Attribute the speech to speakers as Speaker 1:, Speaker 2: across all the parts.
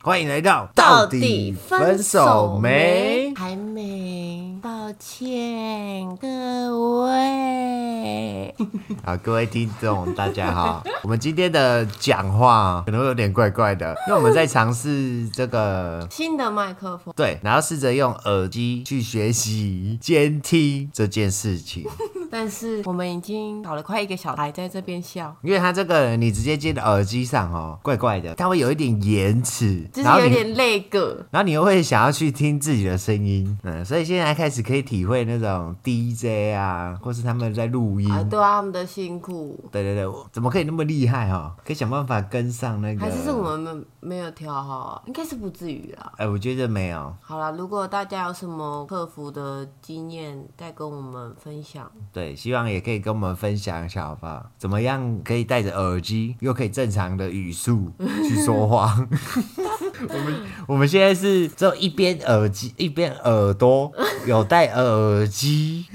Speaker 1: 欢迎来到
Speaker 2: 到底分手没？
Speaker 1: 到底分手没
Speaker 2: 还没，抱歉各位。
Speaker 1: 好，各位听众，大家好。 我们今天的讲话可能会有点怪怪的，因为我们在尝试这个。
Speaker 2: 新的麦克风，
Speaker 1: 对，然后试着用耳机去学习监听这件事情，
Speaker 2: 但是我们已经搞了快一个小时，还在这边笑，
Speaker 1: 因为它这个你直接接到耳机上哦，怪怪的，它会有一点延迟，
Speaker 2: 就是
Speaker 1: 然后
Speaker 2: 有
Speaker 1: 你
Speaker 2: 点累个。
Speaker 1: 然后你又会想要去听自己的声音，嗯，所以现在开始可以体会那种 DJ 啊，或是他们在录音。
Speaker 2: 啊，对啊，他们的辛苦，
Speaker 1: 对对对，我怎么可以那么厉害哦？可以想办法跟上那个。
Speaker 2: 还是是我们没有调好啊，应该是不至于啦。
Speaker 1: 哎、我觉得没有。
Speaker 2: 好啦，如果大家有什么客服的经验，再跟我们分享。
Speaker 1: 对，希望也可以跟我们分享一下，好不好？怎么样可以戴着耳机，又可以正常的语速去说 话？我们我们现在是只有一边耳机一边耳朵有戴耳机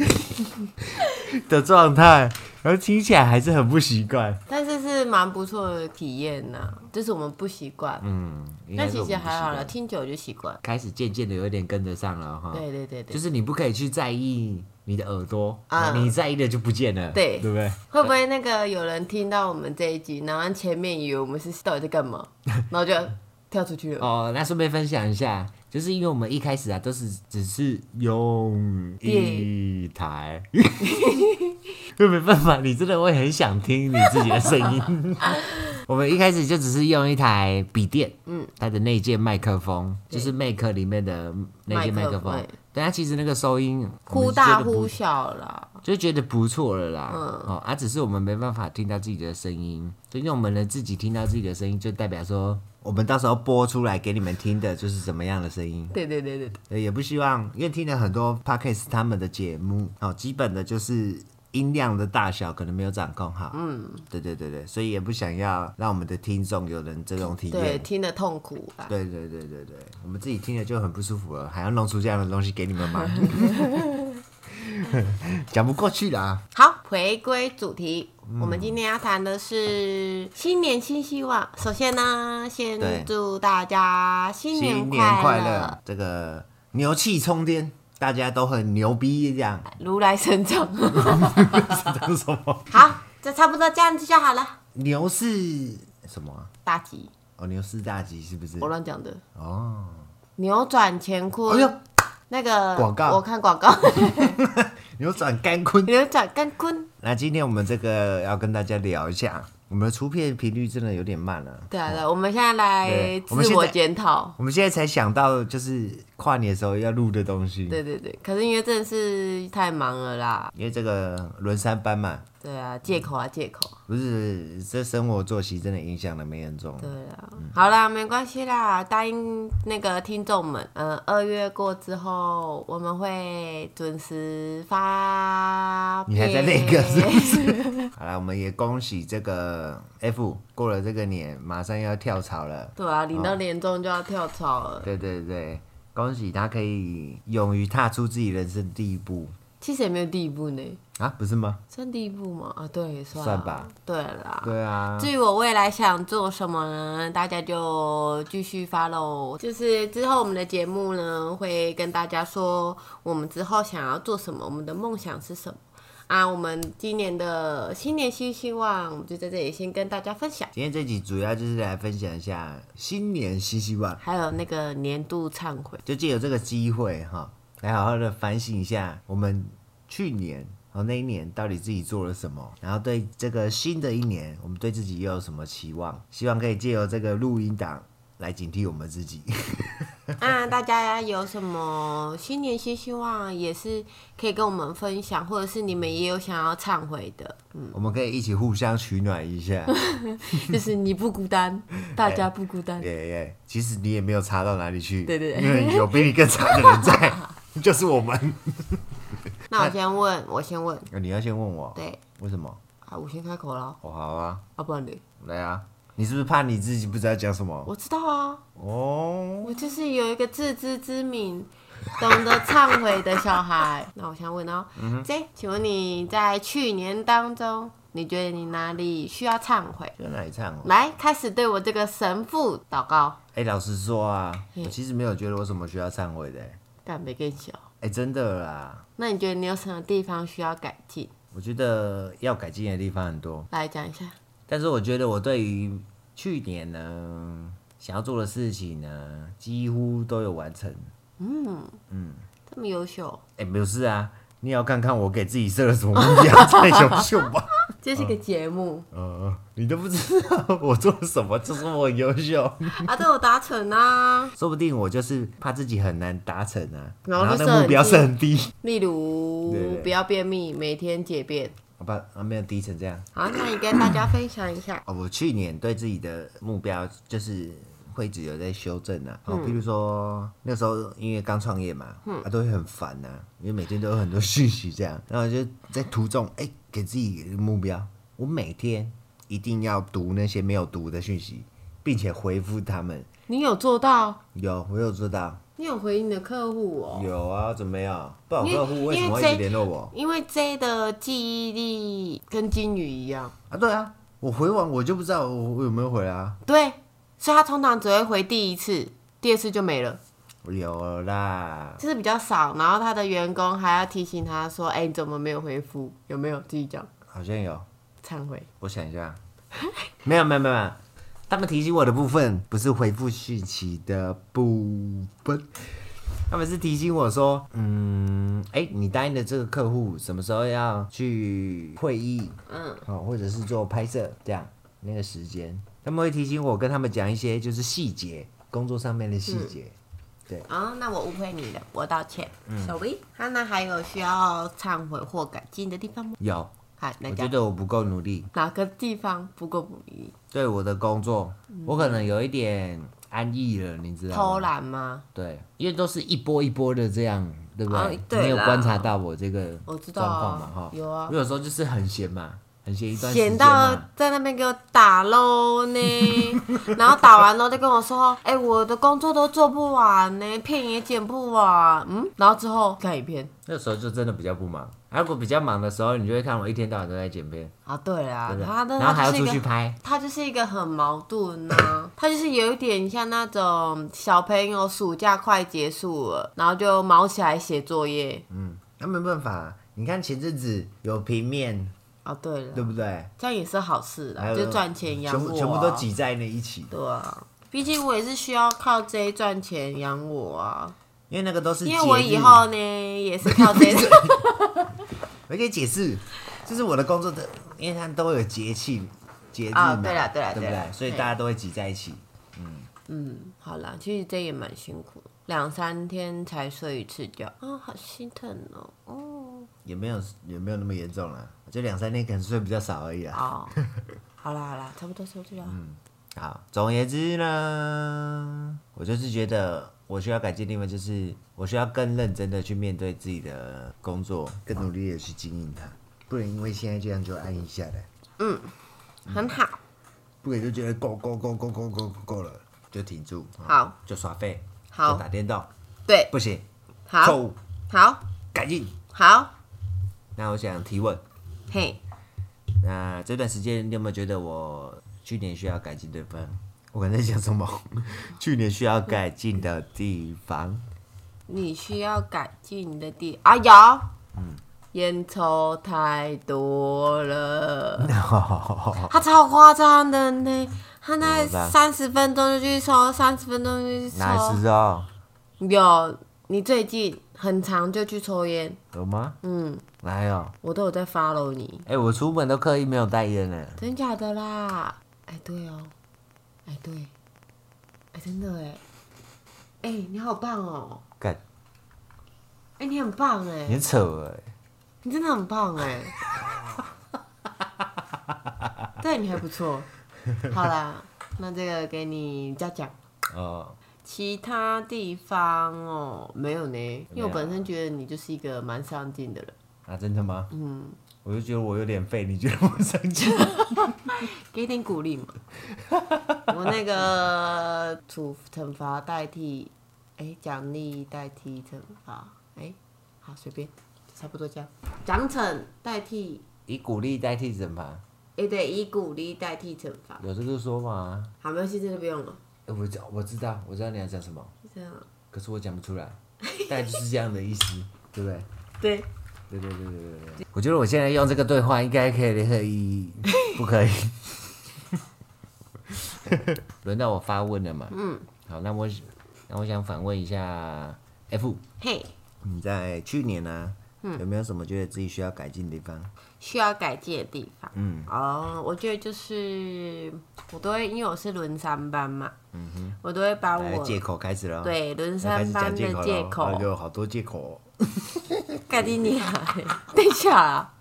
Speaker 1: 的状态，然后听起来还是很不习惯。
Speaker 2: 但是是蛮不错的体验呐、就是我们不习惯，
Speaker 1: 嗯，应该
Speaker 2: 但
Speaker 1: 是
Speaker 2: 其
Speaker 1: 我
Speaker 2: 实
Speaker 1: 们不习
Speaker 2: 还好啦，
Speaker 1: 惯
Speaker 2: 听久就习惯。
Speaker 1: 开始渐渐的有点跟得上了哈。
Speaker 2: 对对对对，
Speaker 1: 啊就是你不可以去在意你的耳朵，
Speaker 2: 啊
Speaker 1: 你在意的就不见了，
Speaker 2: 对
Speaker 1: 对不对？
Speaker 2: 会不会那个有人听到我们这一集，然后前面以为我们是到底在 干嘛，然后就跳出去了？
Speaker 1: 哦，那顺便分享一下，就是因为我们一开始啊都是只是用一台， 因为没办法，你真的会很想听你自己的声音。我们一开始就只是用一台笔电，嗯，它的内建麦克风，就
Speaker 2: 对
Speaker 1: 是 Make 里面的内建麦克
Speaker 2: 麦
Speaker 1: 风
Speaker 2: 克风。
Speaker 1: 但它其实那个收音
Speaker 2: 忽大忽
Speaker 1: 小。
Speaker 2: 小啦，
Speaker 1: 就觉得不错了啦。哦，啊，只是我们没办法听到自己的声音，所以用我们能自己听到自己的声音，就代表说我们到时候播出来给你们听的就是怎么样的声音。
Speaker 2: 对对对对对，
Speaker 1: 呃也不希望，因为听了很多 podcast 他们的节目，哦，基本的就是。音量的大小可能没有掌控好，嗯，对对对对，所以也不想要让我们的听众有人这种体
Speaker 2: 对
Speaker 1: 验，
Speaker 2: 听得痛苦啦。
Speaker 1: 对对对对对，我们自己听了就很不舒服了，还要弄出这样的东西给你们 吗？讲不过去啦、
Speaker 2: 好，回归主题，
Speaker 1: 嗯
Speaker 2: 我们今天要谈的是新年新希望。首先呢，
Speaker 1: 对
Speaker 2: 先祝大家新
Speaker 1: 新
Speaker 2: 年
Speaker 1: 年快
Speaker 2: 快
Speaker 1: 乐
Speaker 2: 乐，！
Speaker 1: 这个牛气冲天，大家都很牛逼，这 样
Speaker 2: 如来神掌。
Speaker 1: 这是什么？
Speaker 2: 好，这差不多这样子就好了。
Speaker 1: 牛市什么啊、
Speaker 2: 大吉，
Speaker 1: 哦，牛市大吉是不是
Speaker 2: 我？乱讲的。
Speaker 1: 哦，
Speaker 2: 扭转乾
Speaker 1: 嗯哎
Speaker 2: 坤，
Speaker 1: 呦，
Speaker 2: 那个
Speaker 1: 广告
Speaker 2: 我看广告，
Speaker 1: 扭转干坤。
Speaker 2: 扭转乾坤。
Speaker 1: 那今天我们这个要跟大家聊一下，我们的出片频率真的有点慢了、
Speaker 2: 对啊，对啊我们现在来
Speaker 1: 对我们
Speaker 2: 自
Speaker 1: 现
Speaker 2: 我
Speaker 1: 在
Speaker 2: 检讨。
Speaker 1: 我们现在才想到，就是跨年的时候要录的东西，
Speaker 2: 对对对，可是因为真的是太忙了啦。
Speaker 1: 因为这个轮三班嘛，
Speaker 2: 对啊，借口啊，借口。
Speaker 1: 不是这生活作息真的影响的没严重。
Speaker 2: 对啊，
Speaker 1: 嗯
Speaker 2: 好啦，没关系啦，答应那个听众们，嗯，二月过之后我们会准时发
Speaker 1: 你
Speaker 2: 片。
Speaker 1: 还在那个是不是？好了，我们也恭喜这个 F 过了这个年，马上要跳槽了。
Speaker 2: 对啊，领到年终就要跳槽了。
Speaker 1: 哦对对对，恭喜他可以勇于踏出自己人生第一步
Speaker 2: 其实也没有第一步呢，
Speaker 1: 啊，不是吗？
Speaker 2: 算第一步吗？啊，对，也算啊
Speaker 1: 算吧。
Speaker 2: 对啦。
Speaker 1: 对啊，
Speaker 2: 至于我未来想做什么呢？大家就继续 follow。就是之后我们的节目呢，会跟大家说我们之后想要做什么，我们的梦想是什么啊？我们今年的新年新希望，我们就在这里先跟大家分享。
Speaker 1: 今天这集主要就是来分享一下新年新希望，
Speaker 2: 还有那个年度忏悔，
Speaker 1: 就借由这个机会哈，来好好的反省一下我们去年。哦，那一年到底自己做了什么？然后对这个新的一年，我们对自己又有什么期望？希望可以借由这个录音档来警惕我们自己。
Speaker 2: 那啊大家有什么新年新希望，也是可以跟我们分享，或者是你们也有想要忏悔的，
Speaker 1: 我们可以一起互相取暖一 下。
Speaker 2: 就是你不孤单，大家不孤单。
Speaker 1: 耶耶，其实你也没有差到哪里去，
Speaker 2: 对对对
Speaker 1: 因为有比你更差的人在， 就是我们。哦
Speaker 2: 那我先问，我先问，
Speaker 1: 你要先问我，
Speaker 2: 对。
Speaker 1: 为什么？
Speaker 2: 啊，我先开口了，
Speaker 1: 哦，好啊，
Speaker 2: 啊，不然嘞，
Speaker 1: 来啊，你是不是怕你自己不知道讲什么？
Speaker 2: 我知道啊，
Speaker 1: 哦，
Speaker 2: 我就是有一个自知之明、懂得忏悔的小孩。 那我想问哦、J，请问你在去年当中，你觉得你哪里需要忏悔？
Speaker 1: 就奶唱哦。
Speaker 2: 来，开始对我这个神父祷告。
Speaker 1: 哎、老实说啊，
Speaker 2: 嗯
Speaker 1: 我其实没有觉得我什么需要忏悔的、哎、
Speaker 2: 但没更小。
Speaker 1: 哎真的啦，
Speaker 2: 那你觉得你有什么地方需要改进？
Speaker 1: 我觉得要改进的地方很多，
Speaker 2: 来讲一下。
Speaker 1: 但是我觉得我对于去年呢想要做的事情呢，几乎都有完成。
Speaker 2: 这么优秀，
Speaker 1: 哎、不是啊，你也要看看我给自己设了什么目标，太优秀吧？
Speaker 2: 这是个节目、
Speaker 1: 呃，你都不知道我做了什么，就说我很优秀，
Speaker 2: 啊，都有达成啊。
Speaker 1: 说不定我就是怕自己很难达成啊，然
Speaker 2: 然后
Speaker 1: 后
Speaker 2: 就
Speaker 1: 那目标
Speaker 2: 设
Speaker 1: 是
Speaker 2: 很
Speaker 1: 很低，
Speaker 2: 例如
Speaker 1: 对对
Speaker 2: 不要便秘，每天解便。
Speaker 1: 好吧，啊，没有低成这样。
Speaker 2: 好，那你跟大家分享一下。
Speaker 1: 哦，我去年对自己的目标就是会一直有在修正啊。
Speaker 2: 嗯
Speaker 1: 哦，譬如说那时候因为刚创业嘛，啊都会很烦呐、因为每天都有很多 讯息这样，然后我就在途中哎、给自己一个目标，我每天一定要读那些没有读的讯息，并且回复他们。
Speaker 2: 你有做到？
Speaker 1: 有，我有做到。
Speaker 2: 你有回你的客户哦？
Speaker 1: 有啊，怎么样？不好
Speaker 2: 因为
Speaker 1: 客户为什么会
Speaker 2: 因为
Speaker 1: 一
Speaker 2: 这
Speaker 1: 直联络我
Speaker 2: 因为 J 的记忆力跟金鱼一样，
Speaker 1: 啊？对啊，我回完我就不知道我我有没有回啊。
Speaker 2: 对，所以他通常只会回第一次，第二次就没了，
Speaker 1: 有啦，
Speaker 2: 就是比较少。然后他的员工还要提醒他说：“哎、你怎么没有回复？有没有自己讲
Speaker 1: 好像有。
Speaker 2: 忏悔
Speaker 1: 我想一下，没有没有没有没有，他们提醒我的部分不是回复讯息的部分，他们是提醒我说，嗯，哎、你答应的这个客户什么时候要去会议，嗯，好，或者是做拍摄这样那个时间，他们会提醒我跟他们讲一些就是细节，工作上面的细节。
Speaker 2: 啊、那我误会你了，我道歉、s o r r y 他嗯那还有需要忏悔或改进的地方吗？
Speaker 1: 有，
Speaker 2: 好，那
Speaker 1: 我觉
Speaker 2: 讲
Speaker 1: 得我不够努力，
Speaker 2: 哪个地方不够努力？
Speaker 1: 对我的工作，我可能有一点安逸了，你知道吗？
Speaker 2: 偷懒吗？
Speaker 1: 对，因为都是一波一波的这样，对不对？
Speaker 2: 哦对啦
Speaker 1: 你有观察到我这个
Speaker 2: 我知道
Speaker 1: 状
Speaker 2: 啊
Speaker 1: 况嘛？哈、
Speaker 2: 有啊
Speaker 1: 我有时候就是很闲嘛，很闲一段时
Speaker 2: 闲
Speaker 1: 间
Speaker 2: 到
Speaker 1: 嘛。
Speaker 2: 在那边给我打喽 呢，然后打完喽再跟我说，哎、我的工作都做不完呢，片也剪不完，嗯，然后之后看影片
Speaker 1: 那时候就真的比较不忙，啊如果比较忙的时候，你就会看我一天到晚都在剪片，
Speaker 2: 啊，对啦
Speaker 1: 对不，对？
Speaker 2: 他的
Speaker 1: 然后还
Speaker 2: 他
Speaker 1: 要
Speaker 2: 就是
Speaker 1: 出
Speaker 2: 一
Speaker 1: 去
Speaker 2: 个。
Speaker 1: 拍，
Speaker 2: 他就是一个很矛盾呐、他就是有一点像那种小朋友暑假快结束了，然后就忙起来写作业。
Speaker 1: 嗯，那、没办法、你看前阵子有平面，
Speaker 2: 啊，对了，
Speaker 1: 对不对？
Speaker 2: 这样也是好事
Speaker 1: 还
Speaker 2: 啦，
Speaker 1: 有
Speaker 2: 就赚钱养
Speaker 1: 全
Speaker 2: 我、
Speaker 1: 部
Speaker 2: 啊，
Speaker 1: 全部都挤在那一起，
Speaker 2: 对啊，毕竟我也是需要靠这一赚钱养我啊，
Speaker 1: 因为那个都是
Speaker 2: 因为我
Speaker 1: 节日
Speaker 2: 以后呢也是靠这一
Speaker 1: 我可以解释，就是我的工作的，因为它都有节气、节日
Speaker 2: 啊
Speaker 1: 嘛，
Speaker 2: 对啦对啦
Speaker 1: 对不
Speaker 2: 对啦
Speaker 1: 对？所以
Speaker 2: 嘿
Speaker 1: 大家都会挤在一起。
Speaker 2: 嗯，好啦，其实这也蛮辛苦的，两三天才睡一次觉，啊、好心疼哦。哦，
Speaker 1: 也没有也没有那么严重啦，就两三天可能睡比较少而已啦。
Speaker 2: 好， 好啦好啦，差不多收这了。
Speaker 1: 嗯好，总而言之呢，我就是觉得我需要改进的地方就是我需要更认真的去面对自己的工作，更努力的去经营它，不能因为现在这样就按一下来，
Speaker 2: 很好，
Speaker 1: 不然就觉得够够够够够够够够了就停住，哦
Speaker 2: 好，
Speaker 1: 就耍废，
Speaker 2: 好
Speaker 1: 就打电动，
Speaker 2: 对，
Speaker 1: 不行，错
Speaker 2: 好，
Speaker 1: 误
Speaker 2: 好，
Speaker 1: 改进。
Speaker 2: 好，
Speaker 1: 那我想提问，
Speaker 2: 嘿，
Speaker 1: 那这段时间你有没有觉得我去年需要改进的地方？我刚才在想什么？ 去年需要改进的地方，
Speaker 2: 你需要改进你的地啊有，
Speaker 1: 嗯
Speaker 2: 烟抽太多了。 他超夸张的呢，他那
Speaker 1: 怎么办
Speaker 2: 三十分钟就去抽，三十分钟就去
Speaker 1: 哪哦
Speaker 2: 抽。
Speaker 1: 时候
Speaker 2: 有，你最近很长就去抽烟，
Speaker 1: 有吗？
Speaker 2: 嗯，
Speaker 1: 哪有？
Speaker 2: 我都有在 follow 你，
Speaker 1: 哎、我出门都刻意没有带烟呢。
Speaker 2: 真假的啦？哎，对哦，哎对，哎真的哎，哎你好棒哦，
Speaker 1: 干，
Speaker 2: 哎你很棒哎，
Speaker 1: 你很扯哎、
Speaker 2: 你真的很棒哎、对你还不错。好啦，那这个给你嘉奖。
Speaker 1: 哦，
Speaker 2: 其他地方哦，没有呢，因为
Speaker 1: 没有
Speaker 2: 我
Speaker 1: 啊
Speaker 2: 本身觉得你就是一个蛮上进的人，
Speaker 1: 啊，真的吗？嗯。我就觉得我有点废，你觉得我生气？
Speaker 2: 给点鼓励嘛。我那个处惩罚代替，哎、奖励代替惩罚，哎、好随便，差不多这样。奖惩代替，
Speaker 1: 以鼓励代替惩罚，
Speaker 2: 哎、对，以鼓励代替惩罚。
Speaker 1: 有这个说法、啊？
Speaker 2: 好，没关系，真的不用了。
Speaker 1: 哎我知我知道，我知道你要讲什么，
Speaker 2: 是这样。
Speaker 1: 可是我讲不出来，大概就是这样的意思，对不对？
Speaker 2: 对，
Speaker 1: 对对对对对对。我觉得我现在用这个对话应该可以可以，不 可以？轮到我发问了嘛？嗯。好，那我那我想反问一下 F，
Speaker 2: 嘿，
Speaker 1: 你在去年呢、啊
Speaker 2: 嗯
Speaker 1: 有没有什么觉得自己需要改进的地方？
Speaker 2: 需要改进的地方。嗯，哦，我觉得就是我都会，因为我是轮三班嘛，嗯哼，我都会把
Speaker 1: 来，
Speaker 2: 我
Speaker 1: 借口开始了。，
Speaker 2: 对轮
Speaker 1: 那开
Speaker 2: 三
Speaker 1: 始
Speaker 2: 班
Speaker 1: 讲借
Speaker 2: 的
Speaker 1: 口
Speaker 2: 借
Speaker 1: 了。
Speaker 2: 口
Speaker 1: 哎呦，好多借口哦、
Speaker 2: 盖蒂尼亚， 等一下啊，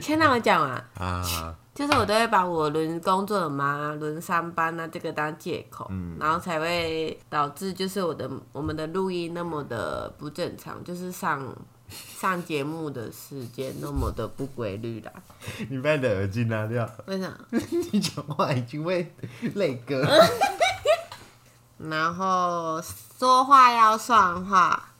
Speaker 2: 先让我讲完。
Speaker 1: 啊！
Speaker 2: 就是我都会把我轮工作嘛、轮上班啊这个当借口，然后才会导致就是我的我们的录音那么的不正常，就是上上节目的时间那么的不规律啦。
Speaker 1: 你把你的耳机拿 掉，
Speaker 2: 为啥？
Speaker 1: 啊你讲话已经会泪 哥。
Speaker 2: 然后说话要算话，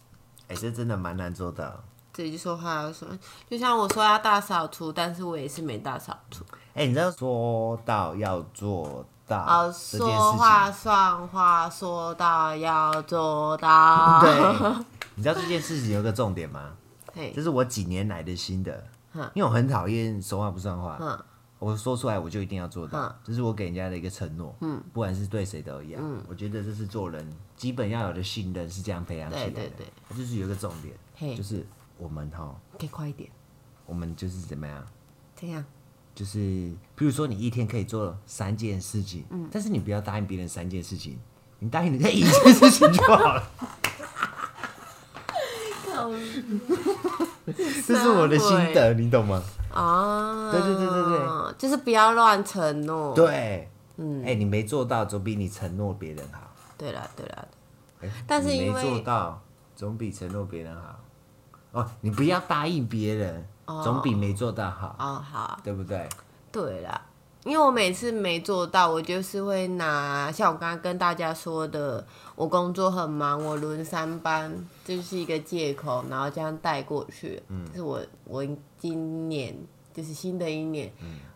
Speaker 1: 哎、这真的蛮难做到。
Speaker 2: 自己说话要算，就像我说要大扫除，但是我也是没大扫除。
Speaker 1: 哎、你知道说到要做到
Speaker 2: 哦，
Speaker 1: 这件
Speaker 2: 说
Speaker 1: 事
Speaker 2: 话
Speaker 1: 情，
Speaker 2: 算话，说到要做到。
Speaker 1: 对，你知道这件事情有个重点吗？
Speaker 2: 嘿，
Speaker 1: 这是我几年来的心得
Speaker 2: 哼，
Speaker 1: 因为我很讨厌说话不算话，
Speaker 2: 嗯，
Speaker 1: 我说出来我就一定要做到
Speaker 2: 哼，
Speaker 1: 这是我给人家的一个承诺，嗯，不管是对谁都一样，
Speaker 2: 嗯
Speaker 1: 我觉得这是做人基本要有的信任是这样培养起来的，
Speaker 2: 对对
Speaker 1: 就是有一个重点，
Speaker 2: 嘿，
Speaker 1: 就是我们哈，
Speaker 2: 可以快一点，
Speaker 1: 我们就是怎么样，
Speaker 2: 这样。
Speaker 1: 就是，比如说你一天可以做三件事情，
Speaker 2: 嗯
Speaker 1: 但是你不要答应别人三件事情，你答应人家一件事情就 好了。这是我的心得，你懂吗？
Speaker 2: 啊，
Speaker 1: 对对对对对，
Speaker 2: 就是不要乱承诺。
Speaker 1: 对，嗯，哎、你没做到，总比你承诺别人好。
Speaker 2: 对了对了，
Speaker 1: 哎
Speaker 2: 但是
Speaker 1: 你
Speaker 2: 因
Speaker 1: 没
Speaker 2: 为
Speaker 1: 做到，总比承诺别人好。哦，你不要答应别人，总比没做到好，
Speaker 2: 哦好，
Speaker 1: 对不对？
Speaker 2: 对啦，因为我每次没做到，我就是会拿像我刚刚跟大家说的，我工作很忙，我轮三班，这就是一个借口，然后这样带过去。嗯，这是我我今年就是新的一年，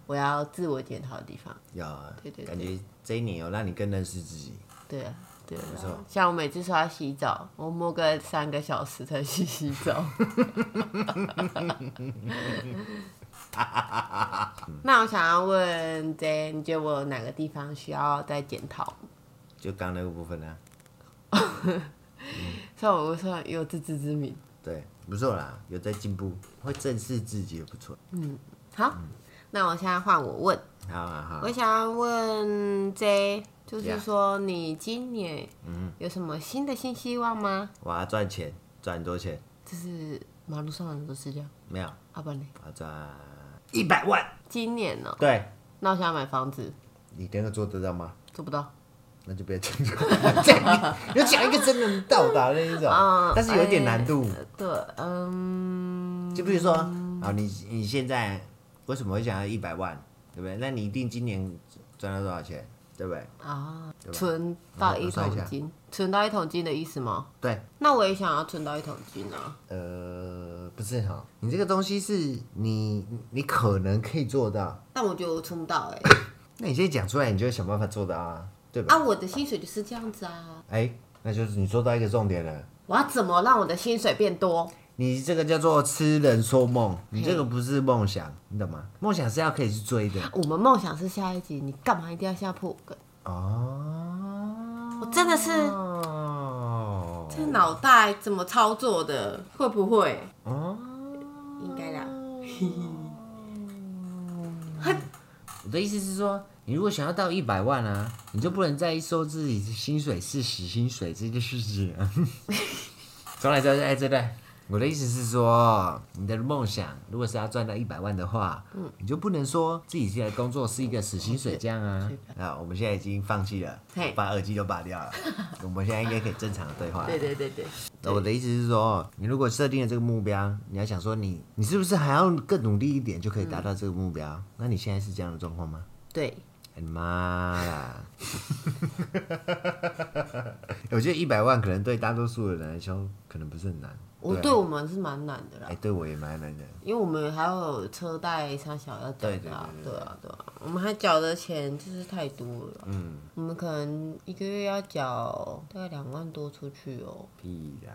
Speaker 2: 我要自我检讨的地方。
Speaker 1: 有啊，
Speaker 2: 对对对
Speaker 1: 感觉这一年有让你更认识自己。
Speaker 2: 对啊，对啊
Speaker 1: 错。
Speaker 2: 像我每次说要洗澡，我摸个三个小时才去洗澡。 那我想要问 J，你觉得我有哪个地方需要再检讨？
Speaker 1: 就刚那个部分呢、啊，
Speaker 2: 虽然我说有自知之明。
Speaker 1: 对，不错啦，有在进步，会正视自己也不错。
Speaker 2: 好，那我现在换我问，
Speaker 1: 好啊，嗯好
Speaker 2: 我想要问 J，就是
Speaker 1: 呀嗯
Speaker 2: 说你今年有什么新的新希望吗？
Speaker 1: 我要赚钱，赚很多钱，
Speaker 2: 就是马路上的人都是这样，啊
Speaker 1: 没有，
Speaker 2: 阿爸呢？
Speaker 1: 我要赚一百万。
Speaker 2: 今年呢、
Speaker 1: 对，
Speaker 2: 那我想要买房子，
Speaker 1: 你那个做得到吗？
Speaker 2: 做不到。
Speaker 1: 那就不要讲这个， 这样你要讲一个真能到达的那一种，但是有一点难度。
Speaker 2: 对，嗯，
Speaker 1: 就比如说，啊，你你现在为什么会想要一百万，对不对？那你一定今年赚到多少钱，对不对？
Speaker 2: 啊，
Speaker 1: 对吧
Speaker 2: 存到
Speaker 1: 嗯
Speaker 2: 一
Speaker 1: 我算一下
Speaker 2: 桶金，存到一桶金的意思吗？
Speaker 1: 对，
Speaker 2: 那我也想要存到一桶金啊。
Speaker 1: 呃，不是哈，你这个东西是你你可能可以做到，
Speaker 2: 但我觉得我存不到哎、
Speaker 1: 那你现在讲出来，你就会想办法做到啊，对吧？
Speaker 2: 啊，我的薪水就是这样子啊，
Speaker 1: 哎、那就是你说到一个重点了。
Speaker 2: 我要怎么让我的薪水变多？
Speaker 1: 你这个叫做痴人说梦，你这个不是梦想，你懂吗？梦想是要可以去追的
Speaker 2: 我们梦想是下一集，你干嘛一定要下破梗？
Speaker 1: 哦。
Speaker 2: 我真的是，
Speaker 1: 哦
Speaker 2: 这脑袋怎么操作的？会不会？
Speaker 1: 哦，
Speaker 2: 应该啦。
Speaker 1: 我的意思是说，你如果想要到一百万啊，你就不能再说自己薪水是死薪水这件事情、啊。 重来，重来，哎，这段。我的意思是说，你的梦想如果是要赚到一百万的话，你就不能说自己现在工作是一个死薪水这样啊。啊，我们现在已经放弃了
Speaker 2: 嗯嘿，
Speaker 1: 把耳机都拔掉了，我们现在应该可以正常的对话了。
Speaker 2: 对对对对，
Speaker 1: 那我的意思是说，哦你如果设定了这个目标，你要想说你你是不是还要更努力一点就可以
Speaker 2: 嗯
Speaker 1: 达到这个目标？那你现在是这样的状况吗？
Speaker 2: 对，
Speaker 1: 哎妈啦！ 我觉得一百万可能对大多数的人来说可能不是很难，
Speaker 2: 我
Speaker 1: 对啊
Speaker 2: 对我们是蛮难的啦
Speaker 1: 哎、，对我也蛮难的。
Speaker 2: 因为我们还有车贷、三小要缴
Speaker 1: 对对
Speaker 2: 的、啊，对啊，对啊，我们还缴的钱就是太多了，嗯，我们可能一个月要缴大概两万多出去哦，
Speaker 1: 屁呀，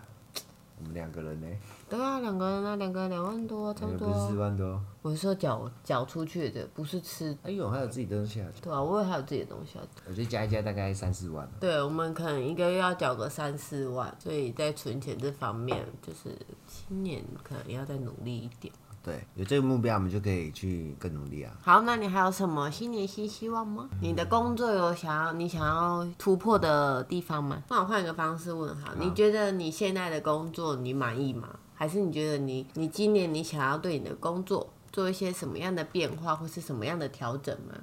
Speaker 1: 我们两个人呢，
Speaker 2: 对啊，两个人啊，两个人两万多啊，差
Speaker 1: 两个
Speaker 2: 不多
Speaker 1: 不是
Speaker 2: 啊、
Speaker 1: 四万多？
Speaker 2: 我是说缴缴出去的，不是吃，
Speaker 1: 哎呦，还有自己东西啊，
Speaker 2: 对啊，我也还有自己的东西要
Speaker 1: 我就加一加，大概三四万。
Speaker 2: 对，我们可能一个月要缴个三四万，所以在存钱这方面，就是今年可能要再努力一点。
Speaker 1: 对，有这个目标，我们就可以去更努力啊。
Speaker 2: 好，那你还有什么新年新希望吗？你的工作有想要你想要突破的地方吗？那我换一个方式问哈，你觉得你现在的工作你满意吗？还是你觉得你你今年你想要对你的工作做一些什么样的变化或是什么样的调整吗？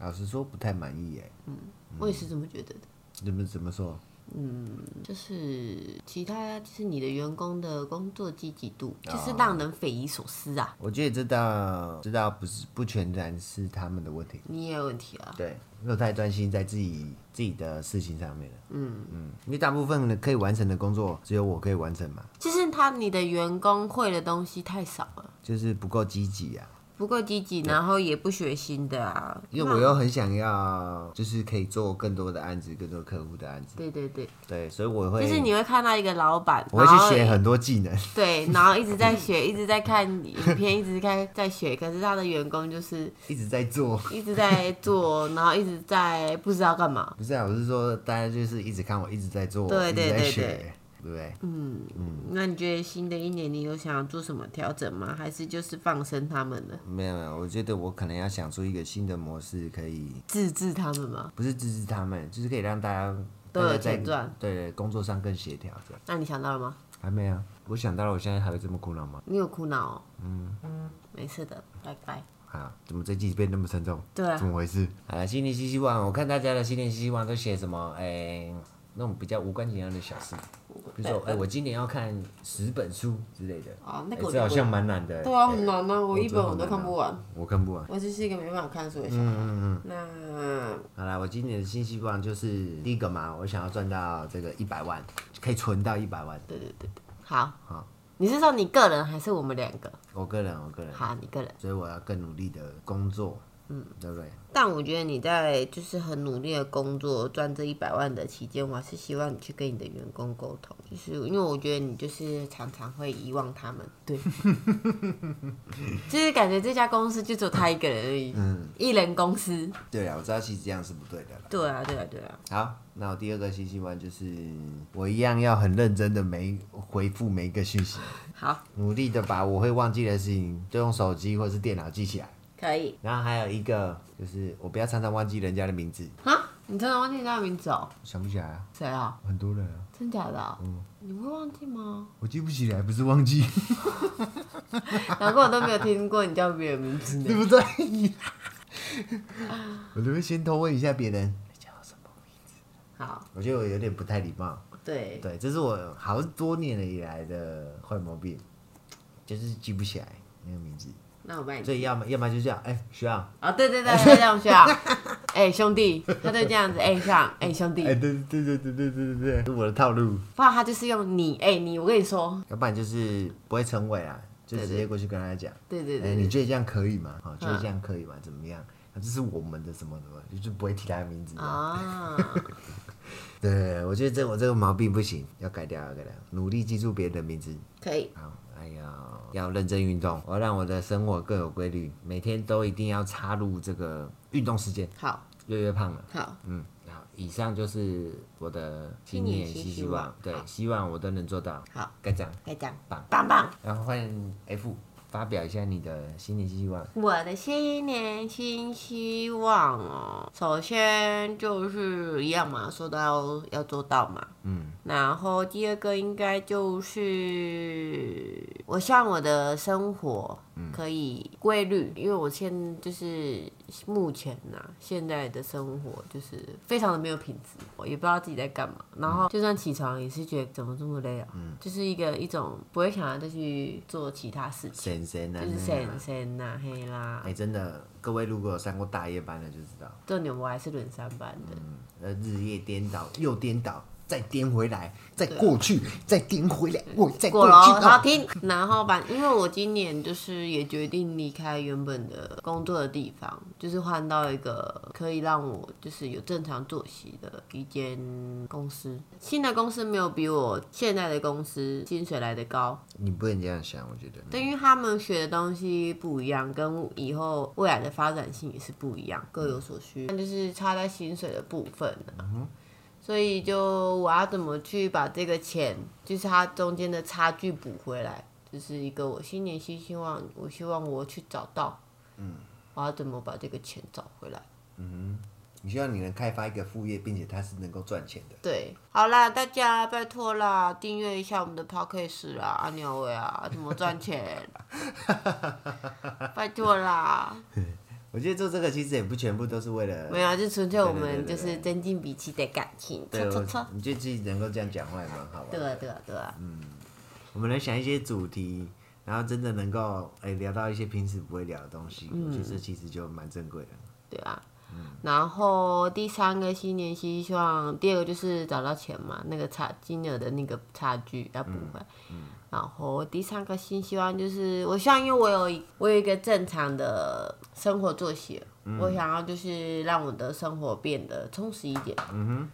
Speaker 1: 老实说，不太满意耶。
Speaker 2: 我也是这么觉得的。嗯
Speaker 1: 怎么怎么说？
Speaker 2: 就是其他就是你的员工的工作积极度，就是让人匪夷所思啊！
Speaker 1: 我觉得这道这道不是不全然是他们的问题，
Speaker 2: 你也有问题啊，
Speaker 1: 对，因为我太专心在自己自己的事情上面了。嗯嗯，因为大部分的可以完成的工作，只有我可以完成嘛，
Speaker 2: 就是他你的员工会的东西太少了，
Speaker 1: 就是不够积极啊。
Speaker 2: 不够积极，然后也不学新的啊。
Speaker 1: 因为我又很想要，就是可以做更多的案子，更多客户的案子，
Speaker 2: 对对对，
Speaker 1: 对，所以我会，
Speaker 2: 就是你会看到一个老板，
Speaker 1: 我会
Speaker 2: 然后
Speaker 1: 去学很多技能，
Speaker 2: 对，然后一直在学，一直在看影片，一直在在学，可是他的员工就是
Speaker 1: 一直在做。
Speaker 2: 一直在做，然后一直在不知道干嘛。
Speaker 1: 不是啊，我是说，大家就是一直看我一直在做，
Speaker 2: 对对
Speaker 1: 一直在
Speaker 2: 对
Speaker 1: 学，
Speaker 2: 对
Speaker 1: 对不对？嗯
Speaker 2: 那你觉得新的一年你有想要做什么调整吗？还是就是放生他们呢？
Speaker 1: 没有没有，我觉得我可能要想出一个新的模式，可以
Speaker 2: 自制他们吗？
Speaker 1: 不是支持他们，就是可以让大家
Speaker 2: 都
Speaker 1: 大
Speaker 2: 有
Speaker 1: 家在
Speaker 2: 钱赚
Speaker 1: 对对，工作上更协调这样。
Speaker 2: 那你想到了吗？
Speaker 1: 还没啊，我想到了，我现在还会这么苦恼吗？
Speaker 2: 你有苦恼、哦？嗯，没事的，拜拜。
Speaker 1: 啊，怎么这季变那么沉重？
Speaker 2: 对啊
Speaker 1: 怎么回事？好了，新年新希望，我看大家的新年新希望都写什么？哎、那种比较无关紧要的小事，比如说，哎、我今年要看十本书之类的。
Speaker 2: 哦那
Speaker 1: 哎
Speaker 2: 个我
Speaker 1: 这
Speaker 2: 就
Speaker 1: 好
Speaker 2: 不
Speaker 1: 像蛮难的、
Speaker 2: 对啊，
Speaker 1: 哎
Speaker 2: 很难啊，我一本
Speaker 1: 觉得
Speaker 2: 我
Speaker 1: 很
Speaker 2: 都
Speaker 1: 难
Speaker 2: 看
Speaker 1: 啊
Speaker 2: 不完，
Speaker 1: 我看不完。
Speaker 2: 我就是一个没办法看书的小孩。嗯嗯嗯。
Speaker 1: 好啦，我今年的新希望就是第一个嘛，我想要赚到这个一百万，可以存到一百万。对对对，
Speaker 2: 那好，
Speaker 1: 好
Speaker 2: 你是说你个人还是我们两个？
Speaker 1: 我个人，我个人，
Speaker 2: 好，你个人。
Speaker 1: 所以我要更努力的工作，嗯，对不对？
Speaker 2: 但我觉得你在就是很努力的工作赚这一百万的期间，我还是希望你去跟你的员工沟通，就是因为我觉得你就是常常会遗忘他们， 对，就是感觉这家公司就只有他一个人而 已，嗯，一人公司，
Speaker 1: 对啊，我知道其实这样是不对的啦。
Speaker 2: 对啊，对啊，对啊，
Speaker 1: 好，那我第二个新希望就是，我一样要很认真的每回复每一个讯息，
Speaker 2: 好，
Speaker 1: 努力的把我会忘记的事情，就用手机或者是电脑记起来。
Speaker 2: 可以
Speaker 1: 然后还有一个就是，我不要常常忘记人家的名字，
Speaker 2: 啊，你真的忘记他的名字哦？
Speaker 1: 想不起来啊，
Speaker 2: 谁啊？
Speaker 1: 很多人啊，
Speaker 2: 真假的、嗯，你会忘记吗？
Speaker 1: 我记不起来，不是忘记，
Speaker 2: 难怪我都没有听过你叫别人名字呢
Speaker 1: 对。不对？ 我都会先偷问一下别人，叫什么？
Speaker 2: 好，
Speaker 1: 我觉得我有点不太礼貌。
Speaker 2: 对，
Speaker 1: 对，这是我好多年以来的坏毛病，就是记不起来那个名字，
Speaker 2: 那我帮你
Speaker 1: 所以要么要么就这样，哎、学长，
Speaker 2: 啊、对对对，他这样笑，哎、兄弟，他就这样子，哎、欸，像，哎、兄弟
Speaker 1: 哎、，对对对对对对对对，是我的套路，
Speaker 2: 不然他就是用你，哎、你，我跟你说，
Speaker 1: 要不然就是不会成为啊，就直接过去跟他讲，
Speaker 2: 对
Speaker 1: 哎、
Speaker 2: 对对，嗯
Speaker 1: 你
Speaker 2: 对
Speaker 1: 觉得这样可以吗？哦，觉得这样可以吗？怎么样？啊这是我们的什么什么，就是不会提他的名字啊。
Speaker 2: 啊，
Speaker 1: 对，我觉得这我这个毛病不行，要改掉，要改掉，努力记住别人的名字。
Speaker 2: 可以，
Speaker 1: 好，哎呀，要认真运动，我要让我的生活更有规律，每天都一定要插入这个运动时间，
Speaker 2: 好，
Speaker 1: 越越胖了。
Speaker 2: 好，
Speaker 1: 嗯，好，以上就是我的新
Speaker 2: 新年
Speaker 1: 年新
Speaker 2: 新
Speaker 1: 希
Speaker 2: 希
Speaker 1: 望，
Speaker 2: 望
Speaker 1: 对
Speaker 2: 好，
Speaker 1: 希望我都能做到。
Speaker 2: 好，
Speaker 1: 盖章，
Speaker 2: 该这样，
Speaker 1: 棒
Speaker 2: 棒棒。
Speaker 1: 然后换 F 发表一下你的新年新希望。
Speaker 2: 我的新年新希望哦，首先就是一样嘛，说到要做到嘛，嗯，然后第二个应该就是我希望我的生活可以规律，因为我现就是目前呐、现在的生活就是非常的没有品质，我也不知道自己在干嘛，然后就算起床也是觉得怎么这么累啊，就是一个一种不会想要再去做其他事情。
Speaker 1: 神神啊，
Speaker 2: 就是
Speaker 1: 神
Speaker 2: 神神呐、黑啦
Speaker 1: 哎、，真的，各位如果有上过大夜班的就知道，嗯
Speaker 2: 重点我还是轮三班的，
Speaker 1: 呃，日夜颠倒又颠倒，再颠回来，再过去，再颠回来，我再
Speaker 2: 过
Speaker 1: 过
Speaker 2: 了
Speaker 1: 去
Speaker 2: 哦，好
Speaker 1: 啊。
Speaker 2: 听。然后吧，因为我今年就是也决定离开原本的工作的地方，就是换到一个可以让我就是有正常作息的一间公司。新的公司没有比我现在的公司薪水来的高，
Speaker 1: 你不能这样想，我觉得。
Speaker 2: 对，因为他们学的东西不一样，跟以后未来的发展性也是不一样，各有所需。那就是差在薪水的部分呢、所以就我要怎么去把这个钱，就是它中间的差距补回来，就是一个我新年新希望，我希望我去找到，嗯，我要怎么把这个钱找回来？
Speaker 1: 你希望你能开发一个副业，并且它是能够赚钱的。
Speaker 2: 对，好啦，大家拜托啦，订阅一下我们的 podcast 啦，阿鸟伟啊，怎么赚钱？拜托啦。
Speaker 1: 我觉得做这个其实也不全部都是为了
Speaker 2: 没有，啊，就纯粹我们就
Speaker 1: 对对对对
Speaker 2: 是增进彼此的感情，
Speaker 1: 对
Speaker 2: 错错
Speaker 1: 我
Speaker 2: 错，
Speaker 1: 你就自己能够这样讲话也蛮好玩的。
Speaker 2: 对啊对啊对啊，
Speaker 1: 我们能想一些主题，然后真的能够哎、聊到一些平时不会聊的东西，
Speaker 2: 嗯
Speaker 1: 我觉得这其实就蛮珍贵的。
Speaker 2: 对啊。然后第三个新年希望，第二个就是找到钱嘛，那个差金额的那个差距要补回来。然后第三个新希望就是，我希望因为我有一我有一个正常的生活作息了，我想要就是让我的生活变得充实一点，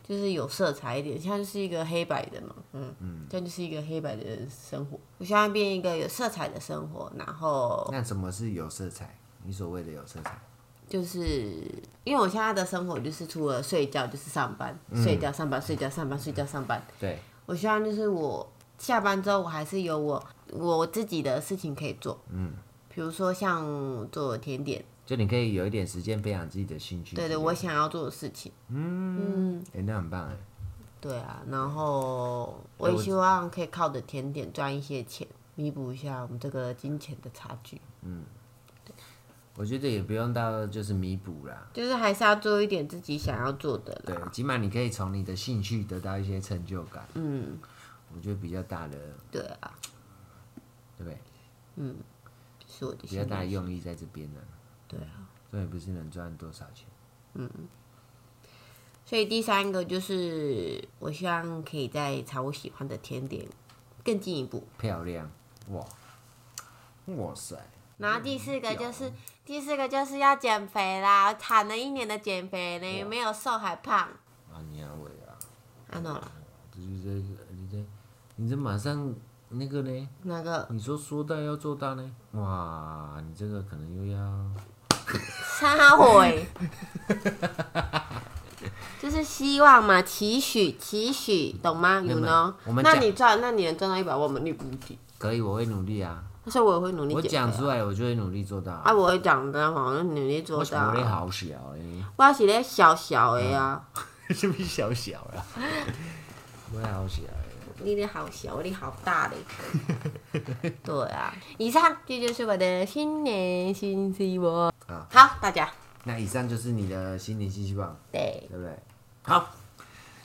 Speaker 2: 就是有色彩一点，现在就是一个黑白的嘛，嗯，这样就是一个黑白的生活。我希望变一个有色彩的生活，然后
Speaker 1: 那什么是有色彩？你所谓的有色彩，
Speaker 2: 就是因为我现在的生活就是除了睡觉就是上班，睡
Speaker 1: 嗯
Speaker 2: 觉上班睡觉上班睡觉上班。
Speaker 1: 对，
Speaker 2: 我希望就是我下班之后我还是有我我自己的事情可以做，嗯，比如说像做甜点，
Speaker 1: 就你可以有一点时间培养自己的兴趣之类
Speaker 2: 对
Speaker 1: 的。
Speaker 2: 对，我想要做的事情，
Speaker 1: 哎、那很棒哎。
Speaker 2: 对啊，然后
Speaker 1: 哎
Speaker 2: 我也希望可以靠着甜点赚一些钱，弥补一下我们这个金钱的差距，
Speaker 1: 我觉得也不用到就是弥补啦，
Speaker 2: 就是还是要做一点自己想要做的啦，
Speaker 1: 对，起码你可以从你的兴趣得到一些成就感。嗯，我觉得比较大的，
Speaker 2: 对啊，
Speaker 1: 对不对？
Speaker 2: 是我的
Speaker 1: 比
Speaker 2: 心
Speaker 1: 较大的
Speaker 2: 愿，
Speaker 1: 用意在这边呢、
Speaker 2: 对啊。
Speaker 1: 这也不是能赚多少钱。
Speaker 2: 所以第三个就是，我希望可以再朝我喜欢的甜点更进一步。
Speaker 1: 漂亮，哇，哇塞！
Speaker 2: 然后第四个
Speaker 1: 嗯
Speaker 2: 就是，第四个就是要减肥啦，喊了一年的减肥呢，没有瘦还胖，
Speaker 1: 啊，你阿伟啊，
Speaker 2: 安诺了
Speaker 1: 这就在你这，你这马上那个呢？
Speaker 2: 那个
Speaker 1: 你说说到要做到呢？哇，你这个可能又要
Speaker 2: 撒悔，就是希望嘛，期许期许，懂吗？
Speaker 1: 没有
Speaker 2: 有
Speaker 1: 没有
Speaker 2: 呢
Speaker 1: 我们，
Speaker 2: 那
Speaker 1: 讲
Speaker 2: 你赚，那你能赚到一百万吗？你不一定，
Speaker 1: 可以，我会努力啊。
Speaker 2: 但是我也会努力
Speaker 1: 我
Speaker 2: 减肥啊
Speaker 1: 讲出来，我就会努力做到啊。
Speaker 2: 啊，我会讲的，好像努力做
Speaker 1: 我
Speaker 2: 到
Speaker 1: 我会
Speaker 2: 啊，
Speaker 1: 好嗯小诶、
Speaker 2: 我是咧小小的啊。
Speaker 1: 是不是小小啊？ 我会好小诶、
Speaker 2: 你的好小，你好大嘞！ 对啊，以上这就是我的新年新希望。
Speaker 1: 啊
Speaker 2: 好，大家
Speaker 1: 那以上就是你的新年新希望，
Speaker 2: 对，
Speaker 1: 对不对？好，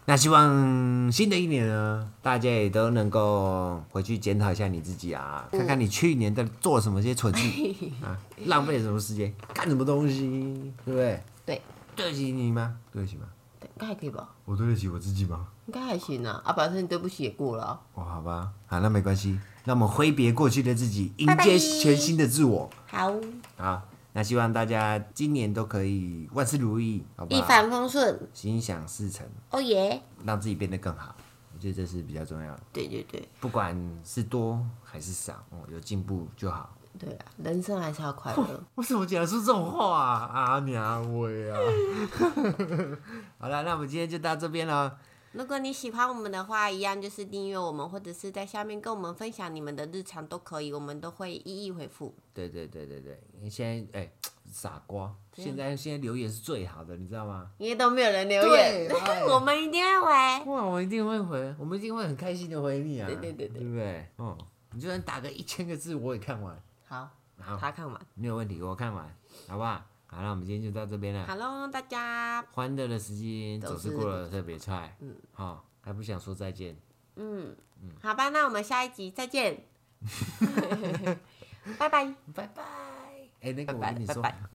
Speaker 1: 那希望新的一年呢，大家也都能够回去检讨一下你自己啊，
Speaker 2: 嗯
Speaker 1: 看看你去年在做了什么些蠢 事啊，浪费了什么时间，干什么东西，对不对？
Speaker 2: 对，
Speaker 1: 对得起你吗？对得起吗？
Speaker 2: 对应该还可以吧？
Speaker 1: 我对得起我自己吗？
Speaker 2: 应该还行啊。啊，反正对不起也过了啊、
Speaker 1: 哦，好吧，好，那没关系，那我们挥别过去的自己，迎
Speaker 2: 拜拜
Speaker 1: 接全新的自我。
Speaker 2: 好，
Speaker 1: 好，那希望大家今年都可以万事如意，好不
Speaker 2: 一
Speaker 1: 好？
Speaker 2: 帆风顺，
Speaker 1: 心想事成，
Speaker 2: 哦耶！
Speaker 1: 让自己变得更好，我觉得这是比较重要的。
Speaker 2: 对对对
Speaker 1: 不管是多还是少，哦，有进步就好。
Speaker 2: 对啊，人生还是要快乐。
Speaker 1: 为什么讲出这种话啊？啊娘喂啊！ 好了，那我们今天就到这边了。
Speaker 2: 如果你喜欢我们的话，一样就是订阅我们，或者是在下面跟我们分享你们的日常都可以，我们都会一一回复。
Speaker 1: 对对对对对，因为现在哎、傻瓜，现在现在留言是最好的，你知道吗？
Speaker 2: 因为都没有人留
Speaker 1: 对
Speaker 2: 言，
Speaker 1: 哎
Speaker 2: 我们一定会回。
Speaker 1: 哇，我一定会回，我们一定会很开心的回你啊！
Speaker 2: 对对对对
Speaker 1: 对不对？哦，你就算打个一千个字，我也看完。
Speaker 2: 好，
Speaker 1: 好，
Speaker 2: 他看完。
Speaker 1: 没有问题，我看完，好不好？好，那我们今天就到这边了。
Speaker 2: 好喽，大家，
Speaker 1: 欢乐的时间
Speaker 2: 都
Speaker 1: 总是
Speaker 2: 是
Speaker 1: 过了特别快，嗯，好、还不想说再见，嗯
Speaker 2: 好吧，那我们下一集 再见，拜拜。
Speaker 1: 拜拜。哎、那个我
Speaker 2: 拜拜
Speaker 1: 跟你
Speaker 2: 拜
Speaker 1: 说，
Speaker 2: 拜